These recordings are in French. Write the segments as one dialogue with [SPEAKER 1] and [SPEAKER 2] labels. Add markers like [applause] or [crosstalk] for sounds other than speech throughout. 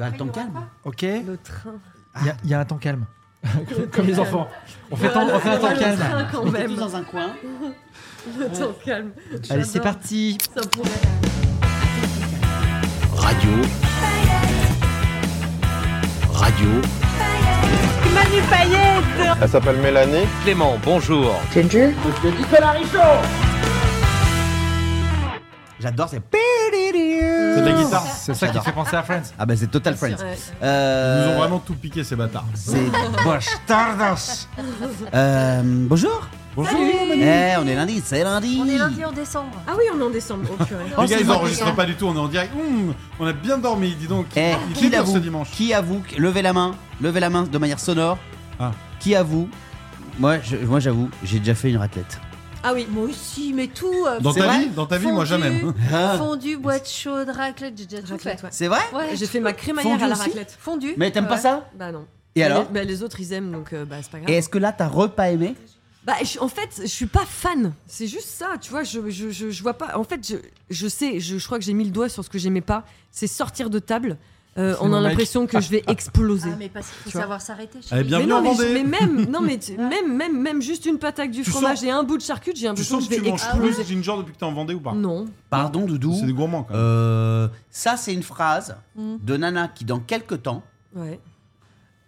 [SPEAKER 1] Il y a le temps calme.
[SPEAKER 2] Ok Il
[SPEAKER 3] Le train.
[SPEAKER 2] y, a- il y a un temps
[SPEAKER 3] [laughs]
[SPEAKER 2] calme. Comme les enfants. On fait, temps- on fait un temps
[SPEAKER 3] Le train
[SPEAKER 2] calme.
[SPEAKER 3] quand
[SPEAKER 1] On est tous
[SPEAKER 3] même.
[SPEAKER 1] dans un coin.
[SPEAKER 3] Le temps calme.
[SPEAKER 2] Allez, c'est
[SPEAKER 3] J'adore.
[SPEAKER 2] parti.
[SPEAKER 3] Ça pourrait.
[SPEAKER 4] Radio. Radio.
[SPEAKER 3] Manu Payette
[SPEAKER 5] Elle s'appelle Mélanie.
[SPEAKER 4] Clément, bonjour.
[SPEAKER 1] J'adore ces.
[SPEAKER 6] C'est de la guitare.
[SPEAKER 2] C'est ça qui
[SPEAKER 1] J'adore.
[SPEAKER 2] fait penser à Friends.
[SPEAKER 1] Ah bah c'est Total Friends.
[SPEAKER 3] Ouais.
[SPEAKER 1] Euh,
[SPEAKER 6] Ils nous ont vraiment tout piqué, ces bâtards.
[SPEAKER 1] C'est
[SPEAKER 2] Bastardas.
[SPEAKER 1] Euh, bonjour.
[SPEAKER 2] Bonjour.
[SPEAKER 1] Eh,
[SPEAKER 2] Manu.
[SPEAKER 1] on est lundi, c'est lundi.
[SPEAKER 7] On est lundi en décembre.
[SPEAKER 3] Ah oui, on est en décembre. Oh purée.
[SPEAKER 1] Oh,
[SPEAKER 6] Les gars,
[SPEAKER 1] c'est
[SPEAKER 6] ils
[SPEAKER 1] vrai,
[SPEAKER 6] enregistrent pas du tout, on est en direct. Hum, on a bien dormi, dis donc.
[SPEAKER 1] Eh,
[SPEAKER 6] il
[SPEAKER 1] qui
[SPEAKER 6] était dur
[SPEAKER 1] l'avoue
[SPEAKER 6] ce dimanche.
[SPEAKER 1] Qui avoue que- Levez la main. Levez la main de manière sonore.
[SPEAKER 6] Ah.
[SPEAKER 1] Qui avoue Moi, je- moi j'avoue, j'ai déjà fait une raclette.
[SPEAKER 3] Ah oui.
[SPEAKER 7] Moi aussi, mais tout. euh,
[SPEAKER 6] Dans
[SPEAKER 1] C'est
[SPEAKER 6] ta
[SPEAKER 1] vrai
[SPEAKER 6] vie Dans ta vie, moi
[SPEAKER 7] Fondue.
[SPEAKER 6] jamais.
[SPEAKER 7] Fondu, boîte chaude, raclette, j'ai déjà tout
[SPEAKER 3] Raclette,
[SPEAKER 7] fait.
[SPEAKER 3] ouais.
[SPEAKER 1] C'est vrai
[SPEAKER 7] Ouais,
[SPEAKER 3] J'ai fait ma crémaillère
[SPEAKER 1] Fondue
[SPEAKER 3] à la
[SPEAKER 1] aussi
[SPEAKER 3] raclette.
[SPEAKER 7] fondu.
[SPEAKER 1] Mais t'aimes pas
[SPEAKER 3] Ouais.
[SPEAKER 1] ça
[SPEAKER 3] Bah non.
[SPEAKER 1] Et alors
[SPEAKER 3] les, bah, les autres ils aiment donc euh, bah c'est pas grave.
[SPEAKER 1] Et est-ce que là t'as repas aimé
[SPEAKER 3] Bah je- en fait je suis pas fan. C'est juste ça, tu vois. Je, je, je, je vois pas. En fait je, je sais. Je, je crois que j'ai mis le doigt sur ce que j'aimais pas. C'est sortir de table. Euh,
[SPEAKER 2] C'est
[SPEAKER 3] on
[SPEAKER 2] mon
[SPEAKER 3] a
[SPEAKER 2] mec.
[SPEAKER 3] l'impression que
[SPEAKER 6] [laughs]
[SPEAKER 3] je vais exploser.
[SPEAKER 7] Ah, mais parce qu'il
[SPEAKER 3] Tu
[SPEAKER 7] faut savoir s'arrêter. chérie.
[SPEAKER 6] Allez,
[SPEAKER 3] Mais
[SPEAKER 6] bienvenue
[SPEAKER 3] non,
[SPEAKER 6] en
[SPEAKER 3] mais, je-
[SPEAKER 6] Vendée.
[SPEAKER 3] mais même, non,
[SPEAKER 6] [laughs]
[SPEAKER 3] mais tu- même, même, même juste une pataque du
[SPEAKER 6] Tu
[SPEAKER 3] fromage
[SPEAKER 6] sens-
[SPEAKER 3] et un bout de charcuterie, j'ai
[SPEAKER 6] Tu
[SPEAKER 3] l'impression que
[SPEAKER 6] sens
[SPEAKER 3] je
[SPEAKER 6] que tu
[SPEAKER 3] vais
[SPEAKER 6] manges
[SPEAKER 3] exploser.
[SPEAKER 6] plus ginger depuis que t'es en Vendée ou pas
[SPEAKER 3] Non.
[SPEAKER 1] Pardon, Doudou.
[SPEAKER 6] C'est des gourmands, quand même.
[SPEAKER 1] Euh, ça, c'est une phrase
[SPEAKER 3] Mm.
[SPEAKER 1] de Nana qui, dans quelques temps,
[SPEAKER 3] Ouais.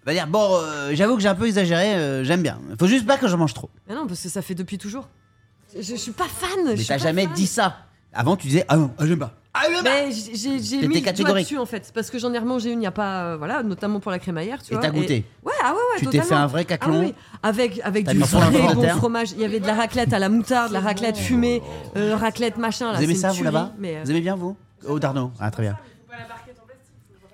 [SPEAKER 1] va dire Bon, euh, j'avoue que j'ai un peu exagéré, euh, j'aime bien. Faut juste pas que je mange trop.
[SPEAKER 3] Mais non, parce que ça fait depuis toujours. Je, je suis pas fan. je
[SPEAKER 1] Mais
[SPEAKER 3] suis
[SPEAKER 1] t'as
[SPEAKER 3] pas
[SPEAKER 1] jamais
[SPEAKER 3] fan.
[SPEAKER 1] dit ça. Avant, tu disais Ah non, ah, j'aime pas. Ah, j'aime pas
[SPEAKER 3] Mais j'ai- j'ai j'ai
[SPEAKER 1] T'étais
[SPEAKER 3] mis le doigt
[SPEAKER 1] catégorique.
[SPEAKER 3] dessus en fait, parce que j'en ai remangé une il y a pas, euh, voilà, notamment pour la crémaillère, tu
[SPEAKER 1] Et
[SPEAKER 3] vois.
[SPEAKER 1] t'as goûté.
[SPEAKER 3] Ouais, ah ouais, ouais,
[SPEAKER 1] Tu t'es
[SPEAKER 3] totalement.
[SPEAKER 1] fait un vrai
[SPEAKER 3] Ah
[SPEAKER 1] caclon.
[SPEAKER 3] oui, avec, avec
[SPEAKER 1] T'as
[SPEAKER 3] du
[SPEAKER 1] mis sur la
[SPEAKER 3] vrai
[SPEAKER 1] pomme de
[SPEAKER 3] bon
[SPEAKER 1] terre.
[SPEAKER 3] fromage. Il y avait de la raclette à la moutarde,
[SPEAKER 8] Oh.
[SPEAKER 3] la raclette fumée, euh, raclette machin. Là,
[SPEAKER 1] Vous aimez
[SPEAKER 3] c'est une
[SPEAKER 1] ça, vous,
[SPEAKER 3] tuerie,
[SPEAKER 1] là-bas
[SPEAKER 3] mais, euh,
[SPEAKER 1] Vous aimez bien, vous Au Darnaud. Ah,
[SPEAKER 3] [laughs]
[SPEAKER 1] très bien.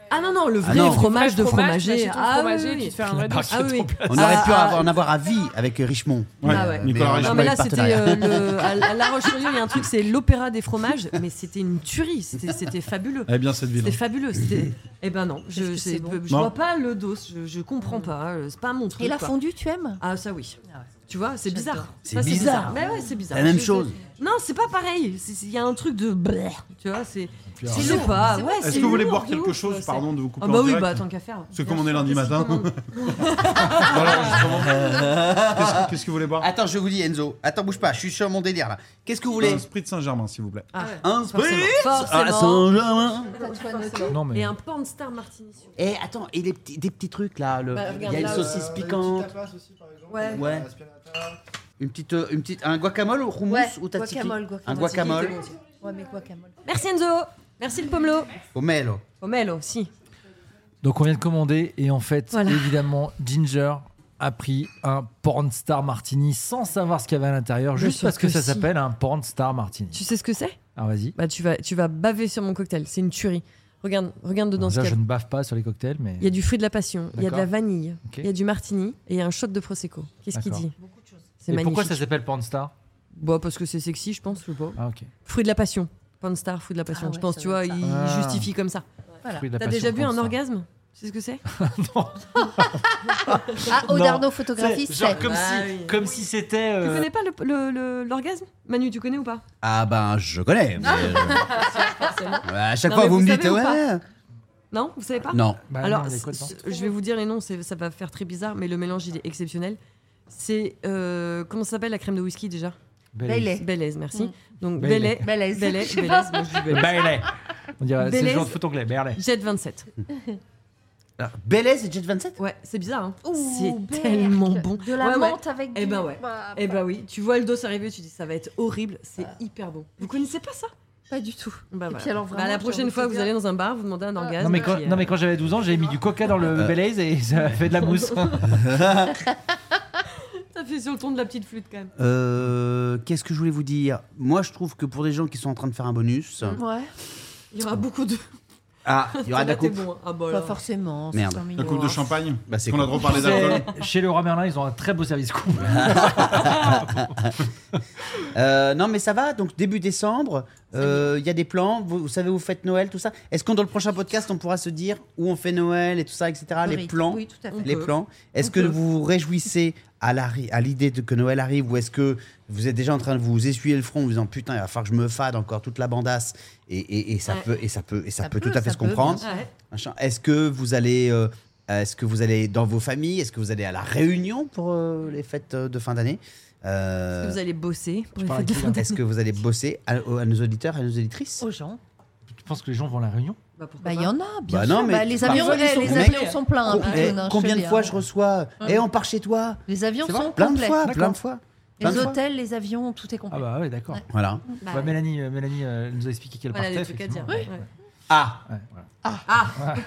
[SPEAKER 3] Ah non, non, le vrai
[SPEAKER 1] non.
[SPEAKER 3] fromage de
[SPEAKER 8] Fromage,
[SPEAKER 3] fromager.
[SPEAKER 8] t'achètes ton
[SPEAKER 3] Ah
[SPEAKER 8] fromager,
[SPEAKER 3] oui,
[SPEAKER 8] tu te fais un vrai
[SPEAKER 3] oui. Ah oui.
[SPEAKER 1] On aurait pu
[SPEAKER 3] Ah,
[SPEAKER 1] avoir- en avoir à vie avec euh, Richemont.
[SPEAKER 6] Ouais,
[SPEAKER 3] Ah ouais.
[SPEAKER 6] Nicolas
[SPEAKER 1] Mais-
[SPEAKER 3] Non,
[SPEAKER 6] Richemont.
[SPEAKER 3] mais là,
[SPEAKER 1] Pas de
[SPEAKER 3] c'était
[SPEAKER 1] partenariat.
[SPEAKER 3] euh, le- à à La Roche-sur-Yon, il y a un truc, c'est l'opéra des fromages, mais c'était une tuerie, c'était c'était fabuleux.
[SPEAKER 6] Eh bien, cette ville.
[SPEAKER 3] C'était
[SPEAKER 6] [laughs]
[SPEAKER 3] fabuleux. C'était. Eh ben non, je,
[SPEAKER 7] Qu'est-ce que
[SPEAKER 3] c'est-
[SPEAKER 7] c'est bon. Mm.
[SPEAKER 3] je
[SPEAKER 6] Non.
[SPEAKER 3] vois pas le dos, je, je comprends pas. euh, C'est pas mon truc.
[SPEAKER 7] Et la
[SPEAKER 3] quoi.
[SPEAKER 7] fondue, tu aimes
[SPEAKER 3] Ah ça oui.
[SPEAKER 7] Ah ouais.
[SPEAKER 3] Tu vois, c'est
[SPEAKER 7] J'adore.
[SPEAKER 3] bizarre.
[SPEAKER 1] C'est
[SPEAKER 3] Ça,
[SPEAKER 1] bizarre.
[SPEAKER 3] Mais ouais, c'est bizarre.
[SPEAKER 1] La même
[SPEAKER 3] Je-
[SPEAKER 1] chose.
[SPEAKER 3] Non, c'est pas pareil. C'est- c'est- Il y a un truc de. bleh, Tu vois, c'est.
[SPEAKER 6] Puis,
[SPEAKER 3] C'est
[SPEAKER 6] alors,
[SPEAKER 3] le pas.
[SPEAKER 7] C'est
[SPEAKER 3] Ouais,
[SPEAKER 6] Est-ce
[SPEAKER 3] c'est
[SPEAKER 6] que vous voulez
[SPEAKER 3] lourd
[SPEAKER 6] boire
[SPEAKER 3] de
[SPEAKER 6] quelque
[SPEAKER 3] ouf,
[SPEAKER 6] chose
[SPEAKER 3] c'est-
[SPEAKER 6] Pardon de vous couper
[SPEAKER 3] Ah bah
[SPEAKER 6] en
[SPEAKER 3] oui,
[SPEAKER 6] direct.
[SPEAKER 3] bah tant qu'à faire.
[SPEAKER 6] Parce que
[SPEAKER 3] Bien
[SPEAKER 6] comme on est
[SPEAKER 3] sûr,
[SPEAKER 6] lundi
[SPEAKER 3] qu'est-ce qu'il
[SPEAKER 6] matin.
[SPEAKER 3] commande
[SPEAKER 6] Dans
[SPEAKER 3] [laughs]
[SPEAKER 6] l'enregistrement. Qu'est-ce que- Qu'est-ce que vous voulez boire
[SPEAKER 1] Attends, je vous dis, Enzo. Attends, bouge pas. Je suis sur mon délire, là. Qu'est-ce que vous voulez Hein
[SPEAKER 6] Un Spritz Saint-Germain, s'il vous plaît.
[SPEAKER 3] Ah,
[SPEAKER 1] Un
[SPEAKER 3] forcément.
[SPEAKER 1] Spritz à
[SPEAKER 3] Forcément.
[SPEAKER 1] Saint-Germain.
[SPEAKER 2] Non,
[SPEAKER 3] [laughs] Et
[SPEAKER 2] mais.
[SPEAKER 3] un porn star martini. sur-
[SPEAKER 1] hein. Eh, attends, et les petits, des petits trucs là le-
[SPEAKER 3] Bah,
[SPEAKER 1] Il
[SPEAKER 3] regarde,
[SPEAKER 1] y a une
[SPEAKER 3] là,
[SPEAKER 1] saucisse piquante.
[SPEAKER 7] Ouais.
[SPEAKER 1] Ouais. Une petite, euh, une petite, un guacamole ou hummus
[SPEAKER 7] Ouais,
[SPEAKER 1] ou tzatziki
[SPEAKER 7] guacamole,
[SPEAKER 1] Un
[SPEAKER 7] guacamole.
[SPEAKER 1] guacamole
[SPEAKER 7] Ouais, mais guacamole.
[SPEAKER 3] Merci Enzo. Merci le pomelo.
[SPEAKER 1] au melo.
[SPEAKER 3] Pomelo, aussi.
[SPEAKER 2] Donc, on vient de commander et en fait,
[SPEAKER 3] Voilà.
[SPEAKER 2] évidemment, Ginger a pris un porn star martini sans savoir ce qu'il y avait à l'intérieur,
[SPEAKER 3] Bien
[SPEAKER 2] juste
[SPEAKER 3] sûr
[SPEAKER 2] parce que
[SPEAKER 3] que
[SPEAKER 2] ça
[SPEAKER 3] si.
[SPEAKER 2] s'appelle un porn star martini.
[SPEAKER 3] Tu sais ce que c'est
[SPEAKER 2] Ah, vas-y.
[SPEAKER 3] Bah tu vas, tu vas baver sur mon cocktail. C'est une tuerie. Regarde, regarde dedans ce
[SPEAKER 2] Ça,
[SPEAKER 3] qu'il y
[SPEAKER 2] je
[SPEAKER 3] a.
[SPEAKER 2] ne bave pas sur les cocktails, mais.
[SPEAKER 3] Il y a du fruit de la passion, il y a de la
[SPEAKER 2] D'accord.
[SPEAKER 3] vanille,
[SPEAKER 2] Ok.
[SPEAKER 3] il y a du martini et il y a un shot de prosecco. Qu'est-ce qu'il
[SPEAKER 2] D'accord.
[SPEAKER 3] dit
[SPEAKER 7] Beaucoup de choses.
[SPEAKER 3] C'est
[SPEAKER 2] Et pourquoi
[SPEAKER 3] magnifique.
[SPEAKER 2] ça s'appelle porn star
[SPEAKER 3] Bah parce que c'est sexy, je pense, je sais pas.
[SPEAKER 2] Ah, ok.
[SPEAKER 3] Fruit de la passion. Porn star, fruit de la passion.
[SPEAKER 7] Ah
[SPEAKER 3] je
[SPEAKER 7] ouais,
[SPEAKER 3] pense,
[SPEAKER 7] ça
[SPEAKER 3] tu
[SPEAKER 7] doit
[SPEAKER 3] vois,
[SPEAKER 7] être ça.
[SPEAKER 3] il
[SPEAKER 2] Ah.
[SPEAKER 3] justifie comme ça.
[SPEAKER 7] Voilà.
[SPEAKER 2] Fruit de la
[SPEAKER 3] T'as
[SPEAKER 2] passion,
[SPEAKER 3] déjà vu
[SPEAKER 2] porn
[SPEAKER 3] un
[SPEAKER 2] star.
[SPEAKER 3] orgasme Tu sais ce que c'est
[SPEAKER 7] Ah,
[SPEAKER 2] Non.
[SPEAKER 7] Odarno
[SPEAKER 2] C'est
[SPEAKER 7] photographie,
[SPEAKER 2] Genre
[SPEAKER 7] c'est.
[SPEAKER 2] comme
[SPEAKER 3] Bah
[SPEAKER 2] si,
[SPEAKER 3] oui.
[SPEAKER 2] comme si c'était.
[SPEAKER 3] Tu
[SPEAKER 2] euh,
[SPEAKER 3] connais pas l'orgasme le, le- l'orgasme Manu, tu connais ou pas
[SPEAKER 1] Ah ben, je connais. mais,
[SPEAKER 3] [laughs]
[SPEAKER 1] euh,
[SPEAKER 7] Ah,
[SPEAKER 1] à chaque
[SPEAKER 3] Non,
[SPEAKER 1] fois,
[SPEAKER 3] mais
[SPEAKER 1] vous,
[SPEAKER 3] vous
[SPEAKER 1] me dites
[SPEAKER 3] savez ou Ah.
[SPEAKER 1] ouais.
[SPEAKER 3] Non, vous savez pas
[SPEAKER 1] Non.
[SPEAKER 2] bah
[SPEAKER 3] Alors,
[SPEAKER 2] non, les
[SPEAKER 3] c-
[SPEAKER 2] codes,
[SPEAKER 3] c- je vais vous dire les noms, c'est- ça va faire très bizarre, mais le mélange il est exceptionnel. C'est euh, comment ça s'appelle la crème de whisky déjà
[SPEAKER 2] Bailey.
[SPEAKER 7] Bailey.
[SPEAKER 3] Belaise, merci.
[SPEAKER 7] Mm.
[SPEAKER 3] Donc
[SPEAKER 2] Bailey.
[SPEAKER 3] Belaise,
[SPEAKER 7] [laughs] Belaise.
[SPEAKER 3] Belaise,
[SPEAKER 7] Je sais pas.
[SPEAKER 3] Belaise, moi, je dis Belaise.
[SPEAKER 2] Bailey. On dirait, c'est le
[SPEAKER 3] Bailey.
[SPEAKER 2] genre de foot anglais, Bailey.
[SPEAKER 3] Jet 27.
[SPEAKER 1] Alors, Belaise et Jet 27
[SPEAKER 3] Ouais, c'est bizarre. Hein
[SPEAKER 7] Ouh,
[SPEAKER 3] c'est
[SPEAKER 7] Berk.
[SPEAKER 3] tellement bon.
[SPEAKER 7] De la
[SPEAKER 3] Ouais, ouais.
[SPEAKER 7] menthe avec du.
[SPEAKER 3] Eh ben ouais.
[SPEAKER 7] Bah,
[SPEAKER 3] Eh bah oui, tu vois le dos arriver, tu dis ça va être horrible, c'est hyper bon. Vous connaissez pas ça
[SPEAKER 7] Ah. Pas du tout.
[SPEAKER 3] Bah
[SPEAKER 7] Et
[SPEAKER 3] voilà.
[SPEAKER 7] puis alors, vraiment,
[SPEAKER 3] Bah, la
[SPEAKER 7] j'ai envie
[SPEAKER 3] prochaine
[SPEAKER 7] de
[SPEAKER 3] fois
[SPEAKER 7] te
[SPEAKER 3] vous
[SPEAKER 7] dire- Ah.
[SPEAKER 3] allez dans un bar, vous demandez un orgasme.
[SPEAKER 2] Non mais, quand,
[SPEAKER 3] puis, euh,
[SPEAKER 2] non, mais quand j'avais 12 ans, j'ai mis du coca dans le
[SPEAKER 1] Euh.
[SPEAKER 2] Belaise et ça a fait de la mousse.
[SPEAKER 3] T'as euh, fait sur le ton de la petite flûte quand même.
[SPEAKER 1] Euh, Qu'est-ce que je voulais vous
[SPEAKER 3] Mm.
[SPEAKER 1] dire Moi, je trouve que pour des gens qui sont en train de faire un bonus,
[SPEAKER 7] Ouais.
[SPEAKER 3] Il y aura beaucoup de. [laughs]
[SPEAKER 1] Ah, il y aura de la
[SPEAKER 3] Là, t'es
[SPEAKER 1] coupe.
[SPEAKER 3] bon, hein. Ah, bah,
[SPEAKER 7] Pas
[SPEAKER 3] là.
[SPEAKER 7] forcément.
[SPEAKER 1] Merde.
[SPEAKER 7] c'est un
[SPEAKER 6] La coupe
[SPEAKER 7] million,
[SPEAKER 6] de
[SPEAKER 7] hein.
[SPEAKER 6] champagne
[SPEAKER 1] Bah, c'est
[SPEAKER 6] Qu'on a
[SPEAKER 1] con.
[SPEAKER 6] trop parlé d'alcool
[SPEAKER 2] C'est- Chez Leroy Merlin, ils ont un très beau service couple.
[SPEAKER 1] Euh, non, mais ça va. Donc début décembre, euh, il y a des plans. Vous, vous savez où vous faites Noël, tout ça. Est-ce qu'on dans le prochain podcast on pourra se dire où on fait Noël et tout ça, etc. Ah, Les
[SPEAKER 7] Oui,
[SPEAKER 1] plans,
[SPEAKER 7] Oui, tout à fait.
[SPEAKER 3] On
[SPEAKER 1] les
[SPEAKER 3] peut.
[SPEAKER 1] plans. Est-ce
[SPEAKER 3] On
[SPEAKER 1] que
[SPEAKER 3] peut.
[SPEAKER 1] vous vous réjouissez à la ri- à l'idée de que Noël arrive ou est-ce que vous êtes déjà en train de vous essuyer le front en vous disant putain il va falloir que je me fade encore toute la bandasse et, et- et ça
[SPEAKER 3] Ouais.
[SPEAKER 1] peut et ça peut et ça,
[SPEAKER 7] Ça
[SPEAKER 1] peut,
[SPEAKER 7] peut,
[SPEAKER 1] tout à fait
[SPEAKER 7] ça
[SPEAKER 1] se
[SPEAKER 7] peut, bien
[SPEAKER 1] comprendre.
[SPEAKER 7] sûr.
[SPEAKER 3] Ouais.
[SPEAKER 1] Machin. Est-ce que vous allez euh, est-ce que vous allez dans vos familles Est-ce que vous allez à la réunion pour euh, les fêtes euh, de fin d'année Euh,
[SPEAKER 3] Vous allez bosser pour les
[SPEAKER 2] parle
[SPEAKER 3] fêtes de
[SPEAKER 2] avec
[SPEAKER 3] fin
[SPEAKER 2] qui,
[SPEAKER 1] est-ce que vous allez bosser à, à nos auditeurs, à nos auditrices
[SPEAKER 3] Oh,
[SPEAKER 7] Aux gens.
[SPEAKER 2] tu penses que les gens vont à la réunion
[SPEAKER 3] Bah, pourquoi
[SPEAKER 7] Bah, il
[SPEAKER 3] pas.
[SPEAKER 7] y en a, bien
[SPEAKER 1] Bah,
[SPEAKER 7] sûr.
[SPEAKER 1] non, mais
[SPEAKER 7] Bah,
[SPEAKER 1] tu
[SPEAKER 7] les
[SPEAKER 1] parles-
[SPEAKER 7] avions,
[SPEAKER 3] Mec,
[SPEAKER 7] eh, les
[SPEAKER 3] mec,
[SPEAKER 7] avions sont pleins.
[SPEAKER 1] Com-
[SPEAKER 7] hein,
[SPEAKER 1] eh,
[SPEAKER 7] Pitoune, hein,
[SPEAKER 1] Combien
[SPEAKER 7] je
[SPEAKER 1] de
[SPEAKER 7] te
[SPEAKER 1] fois
[SPEAKER 7] dis,
[SPEAKER 1] je
[SPEAKER 7] hein.
[SPEAKER 1] reçois Eh, on part chez toi
[SPEAKER 7] Les avions
[SPEAKER 1] C'est vrai
[SPEAKER 7] sont
[SPEAKER 1] Plein de
[SPEAKER 7] complets.
[SPEAKER 1] fois,
[SPEAKER 2] D'accord.
[SPEAKER 1] plein de fois. plein
[SPEAKER 7] Les
[SPEAKER 1] de fois.
[SPEAKER 7] hôtels, les avions, tout est complet.
[SPEAKER 2] Ah bah ouais, d'accord.
[SPEAKER 7] Ouais.
[SPEAKER 1] Voilà.
[SPEAKER 7] Bah,
[SPEAKER 2] Bah, Mélanie, euh, Mélanie euh, nous a expliqué qu'elle
[SPEAKER 3] Voilà,
[SPEAKER 2] partait.
[SPEAKER 3] les trucs à dire.
[SPEAKER 2] effectivement.
[SPEAKER 3] Ouais.
[SPEAKER 1] Ah,
[SPEAKER 2] Ouais, voilà.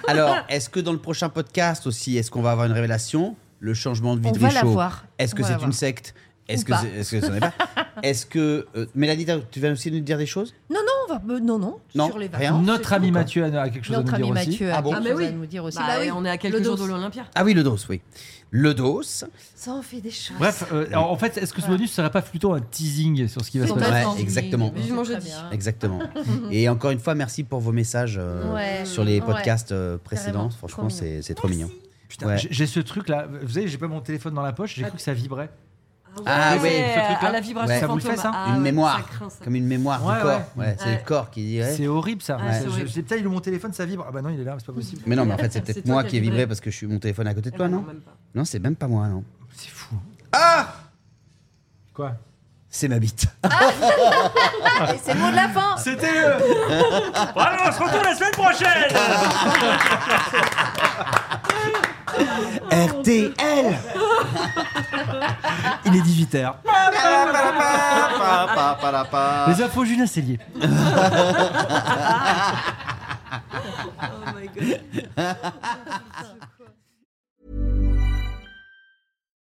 [SPEAKER 1] alors, est-ce que dans le prochain podcast aussi, est-ce qu'on va avoir une révélation Le changement de vie
[SPEAKER 7] On
[SPEAKER 1] de
[SPEAKER 7] va la
[SPEAKER 1] Richaud.
[SPEAKER 7] voir.
[SPEAKER 1] Est-ce
[SPEAKER 7] On
[SPEAKER 1] que
[SPEAKER 7] va la
[SPEAKER 1] c'est
[SPEAKER 7] voir.
[SPEAKER 1] une secte Est-ce
[SPEAKER 7] Ou
[SPEAKER 1] que
[SPEAKER 7] pas.
[SPEAKER 1] c'est- est-ce que ça n'est
[SPEAKER 7] [laughs]
[SPEAKER 1] pas Est-ce que euh, Mélanie, t'as- tu vas aussi nous dire des choses
[SPEAKER 7] Non, non, on va- euh, non, non,
[SPEAKER 1] Non,
[SPEAKER 7] sur les
[SPEAKER 1] rien.
[SPEAKER 7] vacances.
[SPEAKER 2] Notre ami Mathieu a a quelque chose
[SPEAKER 7] Notre
[SPEAKER 2] à nous
[SPEAKER 7] ami
[SPEAKER 2] dire aussi.
[SPEAKER 7] Mathieu a
[SPEAKER 1] Ah bon
[SPEAKER 7] quelque
[SPEAKER 3] Ah, mais
[SPEAKER 7] chose à
[SPEAKER 3] oui.
[SPEAKER 7] nous dire aussi.
[SPEAKER 3] Bah, On est à quelques
[SPEAKER 7] Le
[SPEAKER 3] jours
[SPEAKER 7] dos.
[SPEAKER 3] de l'Olympia.
[SPEAKER 1] Ah oui, le dos, oui. Le dos.
[SPEAKER 7] Ça en fait des choses.
[SPEAKER 2] Bref, euh, alors, en fait, est-ce que ce
[SPEAKER 7] Voilà.
[SPEAKER 2] bonus serait pas plutôt un teasing sur ce qui va se
[SPEAKER 7] C'est
[SPEAKER 2] passer
[SPEAKER 7] pas-
[SPEAKER 1] Ouais,
[SPEAKER 7] Complètement.
[SPEAKER 1] exactement.
[SPEAKER 7] C'est
[SPEAKER 3] Vivement
[SPEAKER 7] très
[SPEAKER 3] jeudi.
[SPEAKER 7] bien. [laughs]
[SPEAKER 1] Exactement. Et encore une fois, merci pour vos messages euh,
[SPEAKER 7] Ouais.
[SPEAKER 1] sur les
[SPEAKER 7] Ouais.
[SPEAKER 1] podcasts euh, précédents.
[SPEAKER 7] Carrément. Trop
[SPEAKER 1] Franchement,
[SPEAKER 7] mignon.
[SPEAKER 1] c'est c'est trop mignon.
[SPEAKER 2] Putain,
[SPEAKER 1] Ouais.
[SPEAKER 2] j'ai- J'ai ce truc là. Vous savez, j'ai pas mon téléphone dans la poche, j'ai cru que ça vibrait.
[SPEAKER 1] Ah
[SPEAKER 3] ouais,
[SPEAKER 1] oui,
[SPEAKER 3] c'est
[SPEAKER 2] ce truc-là.
[SPEAKER 3] À la vibration
[SPEAKER 1] Ouais.
[SPEAKER 2] Ça vous le fait,
[SPEAKER 3] fantôme.
[SPEAKER 2] ça
[SPEAKER 3] Ah
[SPEAKER 1] Une
[SPEAKER 3] ouais,
[SPEAKER 1] mémoire,
[SPEAKER 3] ça craint, ça.
[SPEAKER 1] comme une mémoire
[SPEAKER 2] Ouais,
[SPEAKER 1] du corps.
[SPEAKER 2] ouais.
[SPEAKER 1] Ouais, c'est
[SPEAKER 3] Ouais.
[SPEAKER 1] le corps qui dit. ouais.
[SPEAKER 2] C'est horrible ça.
[SPEAKER 3] Ouais,
[SPEAKER 2] Je-
[SPEAKER 3] c'est horrible.
[SPEAKER 2] je- J'ai peut-être eu mon téléphone, ça vibre. Ah bah non, il est là, c'est pas possible.
[SPEAKER 1] Mais non, mais en fait, c'est peut-être
[SPEAKER 3] C'est toi
[SPEAKER 1] moi
[SPEAKER 3] qui
[SPEAKER 1] qui ai
[SPEAKER 3] as
[SPEAKER 1] vibré
[SPEAKER 3] vibré.
[SPEAKER 1] parce que je suis mon téléphone à côté de
[SPEAKER 3] Eh
[SPEAKER 1] toi,
[SPEAKER 3] ben,
[SPEAKER 1] non
[SPEAKER 3] même pas.
[SPEAKER 1] Non, c'est même pas moi, non.
[SPEAKER 2] C'est fou. Ah Quoi
[SPEAKER 1] C'est ma bite.
[SPEAKER 7] Et C'est le mot de la
[SPEAKER 1] Ah,
[SPEAKER 7] fin.
[SPEAKER 2] C'était le. Voilà, on se retrouve la semaine prochaine
[SPEAKER 1] RTL
[SPEAKER 2] Il est 18h.
[SPEAKER 1] Pa-pa-pa-pa-pa.
[SPEAKER 2] Les infos, Julien Cellier.